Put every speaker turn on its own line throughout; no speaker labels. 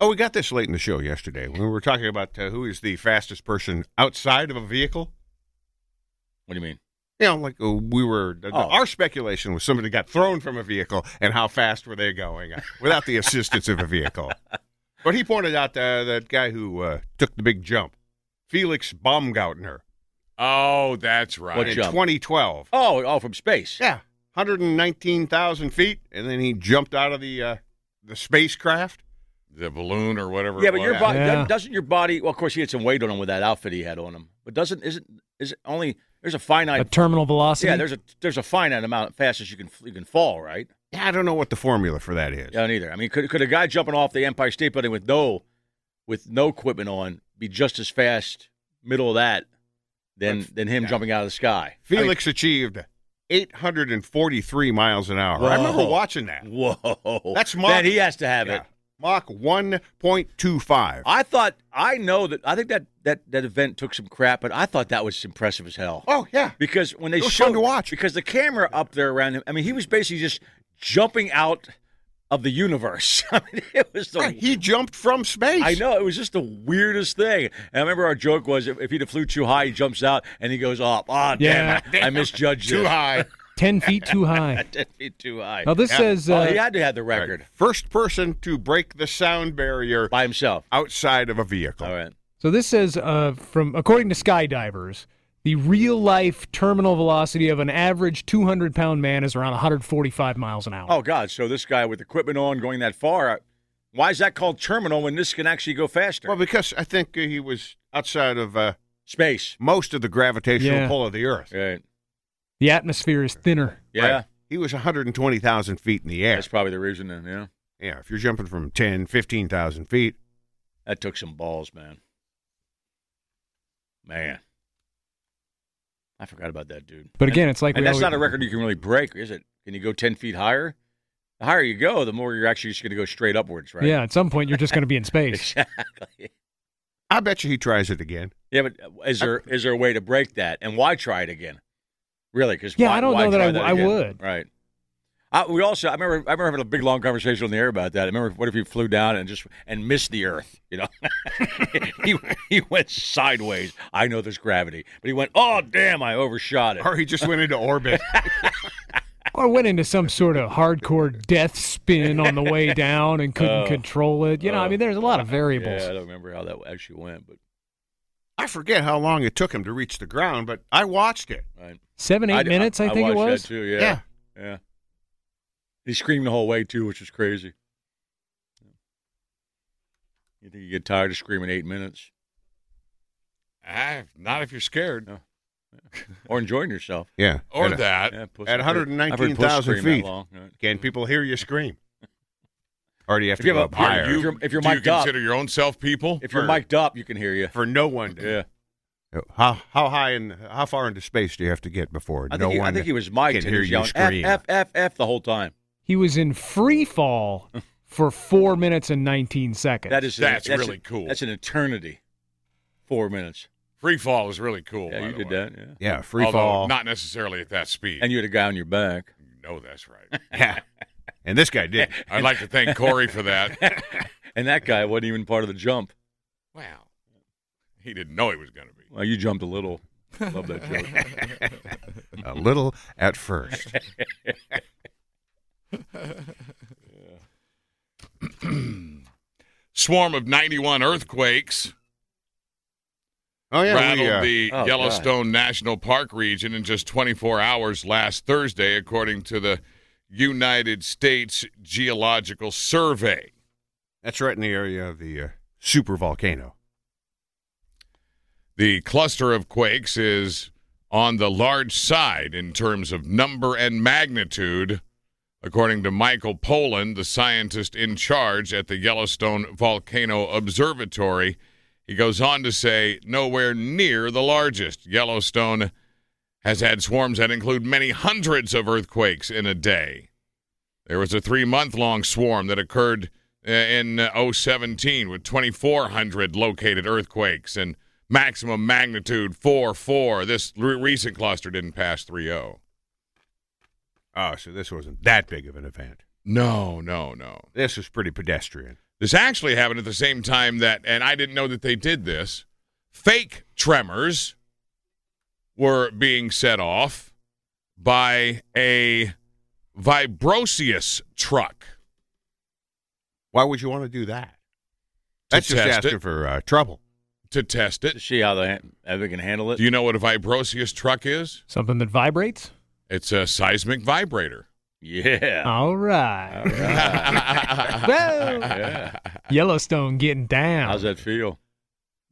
Oh, we got this late in the show yesterday when we were talking about uh, who is the fastest person outside of a vehicle.
What do you mean?
You know, like uh, we were, the, the-
Oh.
our speculation was somebody got thrown from a vehicle and how fast were they going uh, without the assistance of a vehicle. But he pointed out uh, that guy who uh, took the big jump, Felix Baumgartner,
Oh, that's right.
What
in
jump?
2012.
Oh, oh, from space.
Yeah, 119,000 feet, and then he jumped out of the uh, the spacecraft.
the balloon or whatever.
Yeah,
it
but
was.
your body
Yeah.
doesn't your body. Well, of course, he had some weight on him with that outfit he had on him. But doesn't isn't is it only there's a finite.
A terminal velocity.
yeah, there's a there's a finite amount of fastest you can you can fall, right?
Yeah, I don't know what the formula for that is.
Yeah, I don't either. I mean, could could a guy jumping off the Empire State Building with no with no equipment on be just as fast middle of that than than him jumping out of the sky?
Felix achieved 843 miles an hour. I remember
Whoa.
watching that.
Whoa,
That's Mark.
man. He has to have
Yeah.
it.
Mach 1.25.
I thought I know that I think that that that event took some crap, but I thought that was impressive as hell.
oh, yeah.
because when they
It was
showed
fun to watch.
because the camera up there around him. I mean, he was basically just jumping out of the universe. I mean, it was the.
Right, He jumped from space.
I know it was just the weirdest thing, and I remember our joke was if, if he'd have flew too high, he jumps out and he goes up. Ah,
Yeah.
damn it! I misjudged
Too
this.
high.
ten feet too high.
That'd be too high.
Now this
Yeah.
says
Oh,
uh,
he had to have the record
First person to break the sound barrier
by himself.
outside of a vehicle.
All right.
so. This says uh, from according to skydivers, the real life terminal velocity of an average 200 pound man is around 145 miles an hour.
Oh God! So this guy with equipment on going that far, uh, why is that called terminal when this can actually go faster?
Well, because I think he was outside of uh,
Space.
most of the gravitational
Yeah.
pull of the Earth.
Right.
The atmosphere is thinner.
Yeah.
Right. He was 120,000 feet in the air.
That's probably the reason. Then, yeah.
Yeah, if you're jumping from 10, 15,000 feet,
That took some balls, man. Man. I forgot about that dude.
But again, it's like
and
we
that's
always-
not a record you can really break, is it? Can you go ten feet higher? The higher you go, the more you're actually just going to go straight upwards, right?
Yeah, at some point you're just going to be in space.
exactly.
I bet you he tries it again.
Yeah, but uh, is there is there a way to break that? And why try it again? Really? Because
Yeah, I don't know that I- I
again?
would.
Right. I, we also I remember I remember having a big long conversation on the air about that. I remember what if he flew down and just and missed the Earth? You know, he he went sideways. I know there's gravity, but he went. Oh damn! I overshot it.
Or he just went into orbit.
or went into some sort of hardcore death spin on the way down and couldn't control it. You know, I mean, there's a lot of variables.
Oh. Uh, Yeah, I don't remember how that actually went, but
I forget how long it took him to reach the ground, but I watched it.
right.
Seven, eight
I-
minutes, I, think it
watched
was.
That too, yeah.
Yeah.
yeah, He screamed the whole way too, which was crazy. You think you get tired of screaming eight minutes
Ah, not if you're scared.
No. or enjoying yourself?
Yeah. uh,
Or
At a-
that.
Yeah, puss-
At
I've heard- I've heard puss
119,000
scream that
feet.
long, right.
Can people hear you scream? Or do you have
If
to
you
go
have
up
a-
higher?
If
You-
you're- if you're
do you
mic'd up.
consider your own self people?
If you're
Or-
mic'd up, you can hear you.
For no one. To,
Yeah,
How how high and how far into space do you have to get before
I think,
no
he, I
one?
think he was mic'd.
can
and
hear
he
you
was
scream.
yelling, F, F, F, F the whole time.
He was in free fall for four minutes and 19 seconds.
That is
That's
an,
really
an-
cool.
That's an eternity. Four minutes.
Free fall is really cool.
yeah,
by
you
the
did
way.
that. Yeah.
yeah, free
Although
fall.
Not necessarily at that speed.
And you had a guy on your back.
no, that's right.
yeah. And this guy did.
I'd like to thank Corey for that.
and that guy wasn't even part of the jump.
wow. He didn't know he was going to be.
Well, you jumped a little. Love that joke.
a little at first.
Swarm of 91 earthquakes
Oh yeah, we,
rattled
uh,
the
Oh,
Yellowstone National Park region in just 24 hours last Thursday, according to the United States Geological Survey.
that's right in the area of the uh, super volcano.
The cluster of quakes is on the large side in terms of number and magnitude, according to Michael Poland, the scientist in charge at the Yellowstone Volcano Observatory. He goes on to say, nowhere near the largest. Yellowstone has had swarms that include many hundreds of earthquakes in a day. There was a three month long swarm that occurred uh, in uh, 017 with 2,400 located earthquakes and maximum magnitude 4 4. This re- recent cluster didn't pass oh. 3 0.
Oh, so this wasn't that big of an event.
No, no, no.
This was pretty pedestrian.
This actually happened at the same time that, and I didn't know that they did this, fake tremors were being set off by a Vibrosius truck.
Why would you want to do that? That's just
test
asking
it.
for uh, trouble.
To test
to
it.
see how they how they can handle it.
Do you know what a Vibrosius truck is?
Something that vibrates?
It's a seismic vibrator.
yeah.
All right. Whoa.
yeah.
Yellowstone getting down.
How's that feel?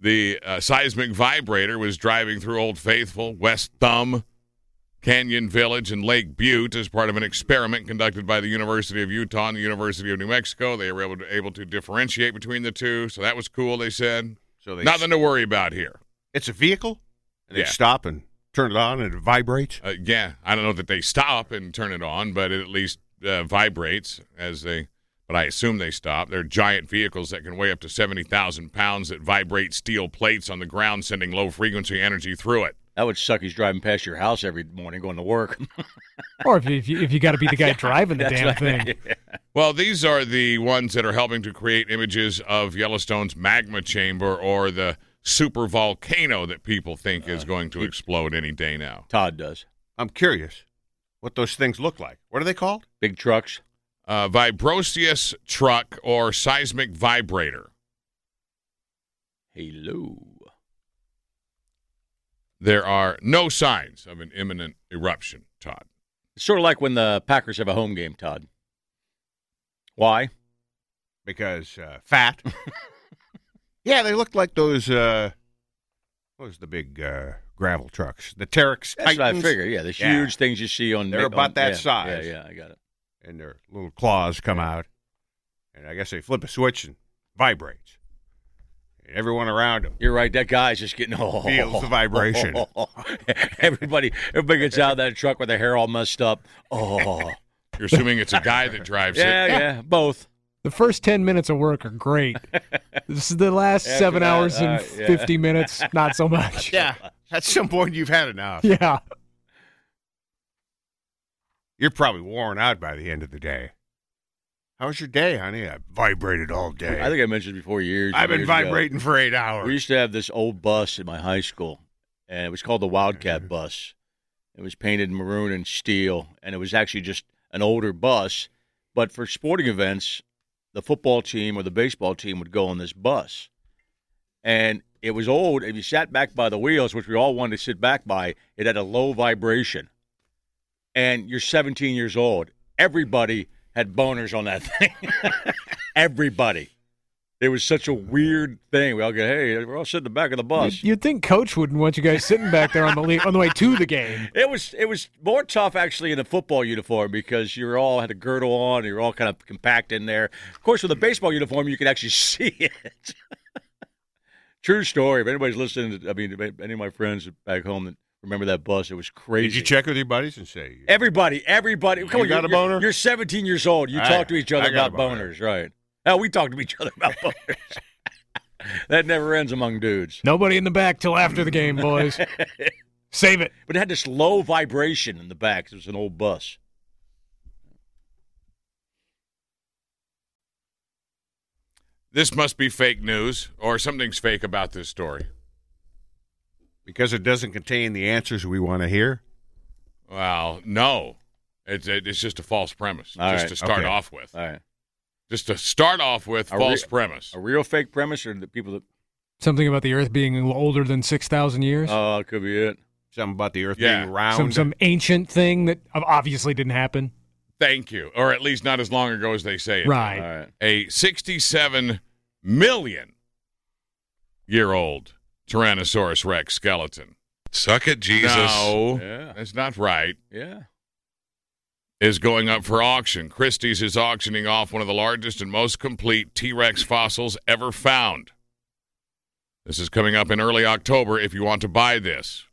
the uh, seismic vibrator was driving through Old Faithful, West Thumb, Canyon Village, and Lake Butte as part of an experiment conducted by the University of Utah and the University of New Mexico. They were able to, able to differentiate between the two, so that was cool, they said.
So they
Nothing to worry about here.
It's a vehicle, and they
Yeah.
stop and turn it on, and it vibrates.
Uh, yeah, I don't know that they stop and turn it on, but it at least uh, vibrates as they. But I assume they stop. They're giant vehicles that can weigh up to seventy thousand pounds that vibrate steel plates on the ground, sending low frequency energy through it.
That would suck. He's driving past your house every morning going to work.
or if, if you, if you got to be the guy driving the
That's
damn
what I
thing.
mean.
Well, these are the ones that are helping to create images of Yellowstone's magma chamber or the super volcano that people think is going to explode any day now.
Todd does
I'm curious what those things look like. What are they called?
big trucks.
Uh, Vibrosius truck or seismic vibrator.
Hello.
There are no signs of an imminent eruption, Todd.
It's sort of like when the Packers have a home game, Todd. Why?
Because uh, fat. yeah, they look like those. Uh, what was the big uh, gravel trucks? The Terex
That's
Titans.
what I figure. Yeah, the
Yeah.
huge things you see on
They're
on-
about that
yeah,
size.
Yeah, yeah, I got it.
And their little claws come out, and I guess they flip a switch and vibrates. And everyone around them.
You're right. That guy's just getting oh,
Feels the vibration.
everybody, everybody gets out of that truck with their hair all messed up. Oh,
You're assuming it's a guy that drives
yeah,
it.
yeah, both.
The first 10 minutes of work are great. this is the last
After
seven
that,
hours and
uh, yeah.
50 minutes, not so much.
Yeah, at some point you've had enough.
Yeah.
You're probably worn out by the end of the day. How was your day, honey? I vibrated all day.
I think I mentioned before years.
I've been
years ago.
vibrating for eight
We
hours.
used to have this old bus in my high school, and it was called the
Mm-hmm.
Wildcat bus. It was painted maroon and steel, and it was actually just an older bus. But for sporting events, the football team or the baseball team would go on this bus, and it was old. If you sat back by the wheels, which we all wanted to sit back by, it had a low vibration. And you're 17 years old. Everybody had boners on that thing. Everybody. It was such a weird thing. We all go, hey, we're all sitting in the back of the bus.
You'd, you'd think coach wouldn't want you guys sitting back there on the le- on the way to the game.
It was it was more tough actually in the football uniform because you were all had a girdle on, you're all kind of compact in there. Of course, with a baseball uniform, you can actually see it. True story. If anybody's listening, to, I mean, if any of my friends back home that remember that bus, it was crazy.
Did you check with your buddies and say?
Everybody, everybody, come
You
on,
got
you're,
a boner?
You're, you're 17 years old. You
I-
talk to each other
I got a
about
boner.
boners, right? Now we talk to each other about boners. that never ends among dudes.
Nobody in the back till after the game, boys. Save it.
But it had this low vibration in the back. 'cause It was an old bus.
This must be fake news, or something's fake about this story.
Because it doesn't contain the answers we want to hear.
Well, no, it's it's just a false premise.
All
just
right,
to start
okay.
off with,
All right.
just to start off with,
A re-
false premise.
A real fake premise or the people that.
Something about the Earth being older than six thousand years.
Oh, that could be it.
Something about the Earth
Yeah.
being round.
some some ancient thing that obviously didn't happen.
Thank you, or at least not as long ago as they say it.
All
Right.
right.
A 67 million year old Tyrannosaurus Rex skeleton.
Suck it, Jesus.
No,
Yeah.
that's not right.
Yeah.
Is going up for auction. Christie's is auctioning off one of the largest and most complete T Rex fossils ever found. This is coming up in early October if you want to buy this.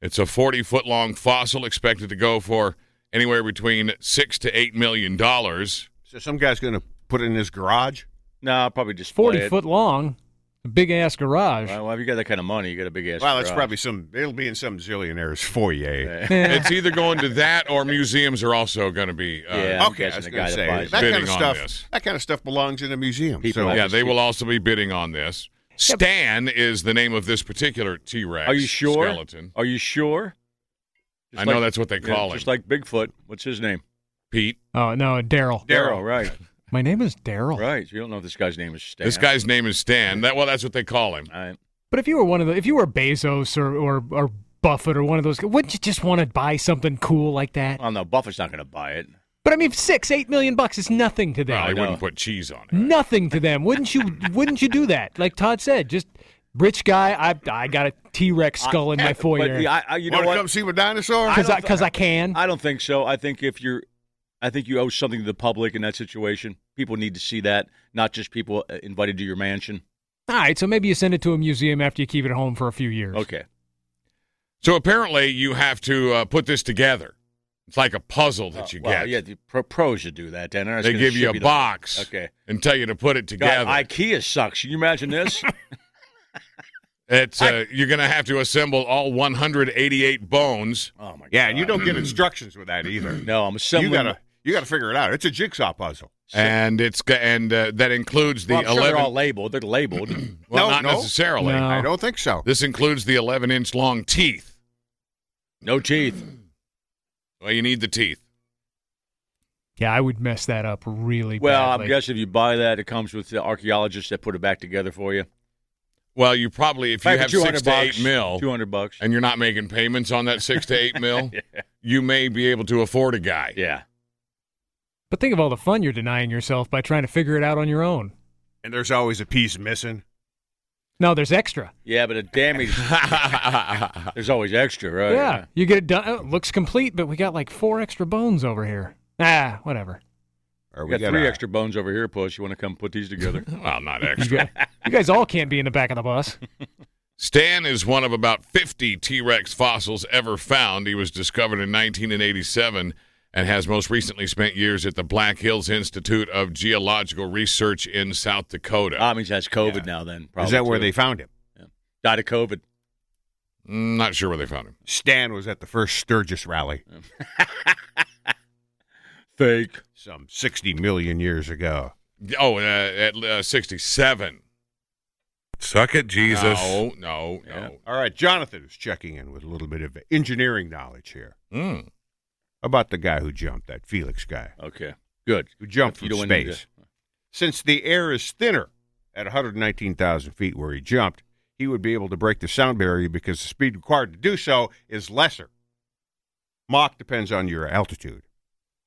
It's a 40 foot long fossil expected to go for anywhere between six to eight million dollars.
so some guy's going to put it in his garage.
No, I'll probably just
Forty foot long. A big ass garage.
Well, if you got that kind of money, you got a big ass.
Well, it's
garage.
probably some. It'll be in some zillionaire's foyer.
Yeah.
Eh,
It's either going to that or museums are also going to be. Uh,
Yeah.
yeah.
I'm
okay, I
guessing
was
the
going
guy
to
that
say
buys
that,
it.
kind of
Bidding on
stuff.
this.
That kind of stuff belongs in a museum.
People
so
like-
they will also be bidding on this. Stan is the name of this particular T Rex.
Are you sure?
Skeleton.
Are you sure?
I know that's what they
yeah,
call it.
Just like Bigfoot. What's his name?
Pete.
oh no, Daryl.
Daryl. Right.
My name is Daryl.
Right. You don't know if this guy's name is Stan.
This guy's name is Stan. That well, that's what they call him.
All right.
But if you were one of the, if you were Bezos or or, or Buffett or one of those, guys, wouldn't you just want to buy something cool like that?
Well, no, Buffett's not going to buy it.
But I mean, six, eight million bucks is nothing to them.
Well, he
know.
wouldn't put cheese on it.
nothing to them. Wouldn't you? wouldn't you do that? Like Todd said, just rich guy. I I got a T Rex skull in my
eh, But the,
foyer
I, I, you know
want to
what?
come see my dinosaur?
because
don't
I because I can.
I don't think so. I think if you're, I think you owe something to the public in that situation. People need to see that, not just people uh, invited to your mansion.
All right, so maybe you send it to a museum after you keep it home for a few years.
Okay.
So apparently, you have to uh, put this together. It's like a puzzle that you
Oh, well,
get.
Yeah, the pro- pros should do that. Then They're not
they
gonna
give you
ship
a
the-
box
Okay.
and tell you to put it
God,
together.
IKEA sucks. Can you imagine this?
it's uh, you're going to have to assemble all 188 bones.
oh my god.
yeah, and you don't get instructions with that either.
No, I'm assembling.
you gotta you gotta figure it out. It's a jigsaw puzzle.
And it's g- and uh, that includes the
Well, I'm sure
11.
they're all labeled. They're labeled.
well,
No,
not
no.
necessarily.
Oh.
No.
I don't think so.
This includes the 11 inch long teeth.
no teeth.
Well, you need the teeth.
Yeah, I would mess that up really
Well,
badly.
I'm guessing if you buy that, it comes with the archaeologists that put it back together for you.
Well, you probably if you
Back
have
at 200
six to
bucks,
eight mil,
Two hundred bucks.
and you're not making payments on that six to eight mil,
Yeah.
you may be able to afford a guy.
Yeah.
But think of all the fun you're denying yourself by trying to figure it out on your own.
And there's always a piece missing.
No, there's extra.
Yeah, but a damage. There's always extra, right?
yeah, you get it done. Oh, it looks complete, but we got like four extra bones over here. Ah, whatever.
Or
We got three extra bones over here, puss. You want to come put these together?
well, not
You,
extra.
got- you guys all can't be in the back of the bus.
Stan is one of about 50 T Rex fossils ever found. He was discovered in 1987 and has most recently spent years at the Black Hills Institute of Geological Research in South Dakota.
Ah, means that's COVID now. Then probably
Is that where
too.
they found him?
died of COVID?
Mm, Not sure where they found him.
Stan was at the first Sturgis rally
Fake.
some 60 million years ago.
Oh, uh, at uh, 67.
Suck it, Jesus.
No, no,
Yeah.
no.
All right, Jonathan is checking in with a little bit of engineering knowledge here
Mm.
about the guy who jumped, that Felix guy
Okay. Good.
who jumped
You
from
don't want
space.
to-
Since the air is thinner at 119,000 feet where he jumped, he would be able to break the sound barrier because the speed required to do so is lesser. Mach depends on your altitude.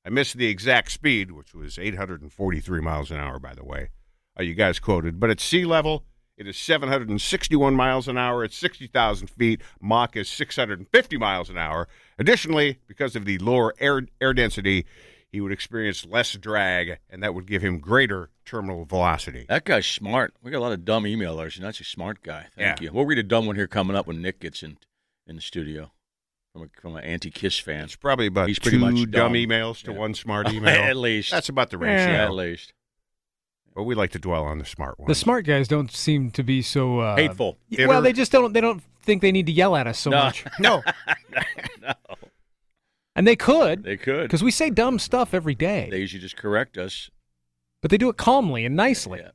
I missed the exact speed, which was 843 miles an hour, by the way. Uh, you guys quoted, but at sea level, it is 761 miles an hour at 60,000 feet. Mach is 650 miles an hour. Additionally, because of the lower air, air density, he would experience less drag, and that would give him greater terminal velocity.
That guy's smart. We got a lot of dumb emailers, and that's a smart guy. Thank
Yeah.
you. We'll read a dumb one here coming up when Nick gets in in the studio from a, from an anti Kiss fan.
It's probably about
He's pretty
two
much
dumb.
dumb.
emails to
Yeah.
one smart
At
email.
least.
That's about the ratio.
Yeah.
At least.
But we like to dwell on the smart ones.
The smart guys don't seem to be so uh,
Hateful.
y- Well,
Bitter.
they just don't. They don't think they need to yell at us so
No.
much,
no,
no,
and they could
they could.
because we say dumb stuff every day,
They usually just correct us.
but they do it calmly and nicely.
Yeah.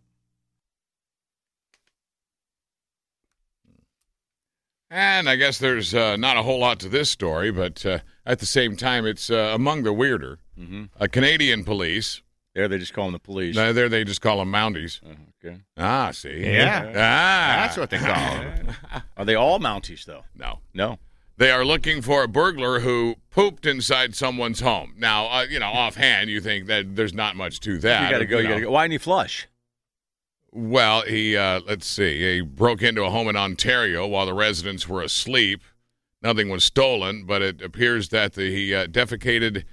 And I guess there's uh, not a whole lot to this story, but uh, at the same time, it's uh, among the weirder.
Mm-hmm.
A Canadian police.
There, they just call him the police.
No, there they just call them Mounties.
Uh, okay.
Ah, see.
Yeah.
Ah.
that's what they call them.
Are they all Mounties though?
No.
No.
They are looking for a burglar who pooped inside someone's home. Now, uh, you know, offhand, you think that there's not much to that.
you gotta go. You,
know.
gotta go. Why didn't he flush?
Well, he, uh, let's see, he broke into a home in Ontario while the residents were asleep. Nothing was stolen, but it appears that the, he uh, defecated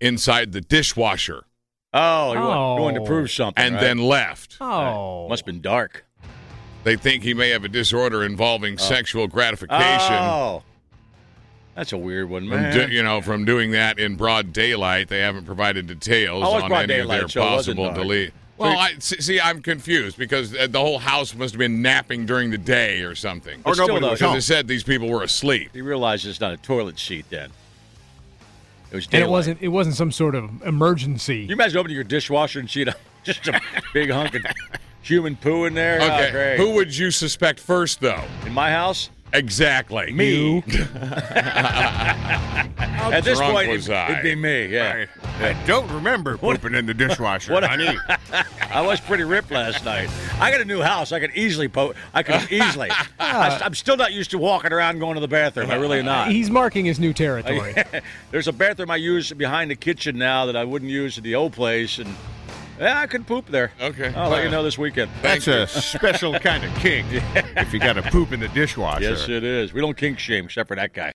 inside the dishwasher
Oh, he was
Oh.
going to prove something.
and
right?
then left.
Oh,
must have been dark.
They think he may have a disorder involving sexual gratification.
Oh, that's a weird one,
From
man.
do, you know, from doing that in broad daylight, they haven't provided details
Oh, it's
on
broad
any of their
daylight, so it wasn't
possible
dark.
delete. Well, I, see, see, I'm confused because uh, the whole house must have been napping during the day or something.
Or
But still,
nobody
though,
was
Because
home.
it said these people were asleep.
He realized it's not a toilet seat then. It was
And
daylight.
it wasn't it wasn't some sort of emergency.
You imagine opening your dishwasher and seeing a, just a big hunk of human poo in there? Oh,
Okay,
great.
who would you suspect first, though?
in my house?
Exactly.
Me. At this
drunk
point,
was
it,
I?
would be me. Yeah,
I, I don't remember pooping in the dishwasher,
what a-
honey.
I was pretty ripped last night. I got a new house. I could easily po- I could easily.
Ah.
I, am still not used to walking around going to the bathroom. I really am not.
He's marking his new territory.
There's a bathroom I use behind the kitchen now that I wouldn't use at the old place, and yeah, I could poop there.
Okay.
I'll let you
Uh,
know this weekend.
That's a special kind of kink if you got to poop in the dishwasher.
Yes, it is. We don't kink shame except for that guy.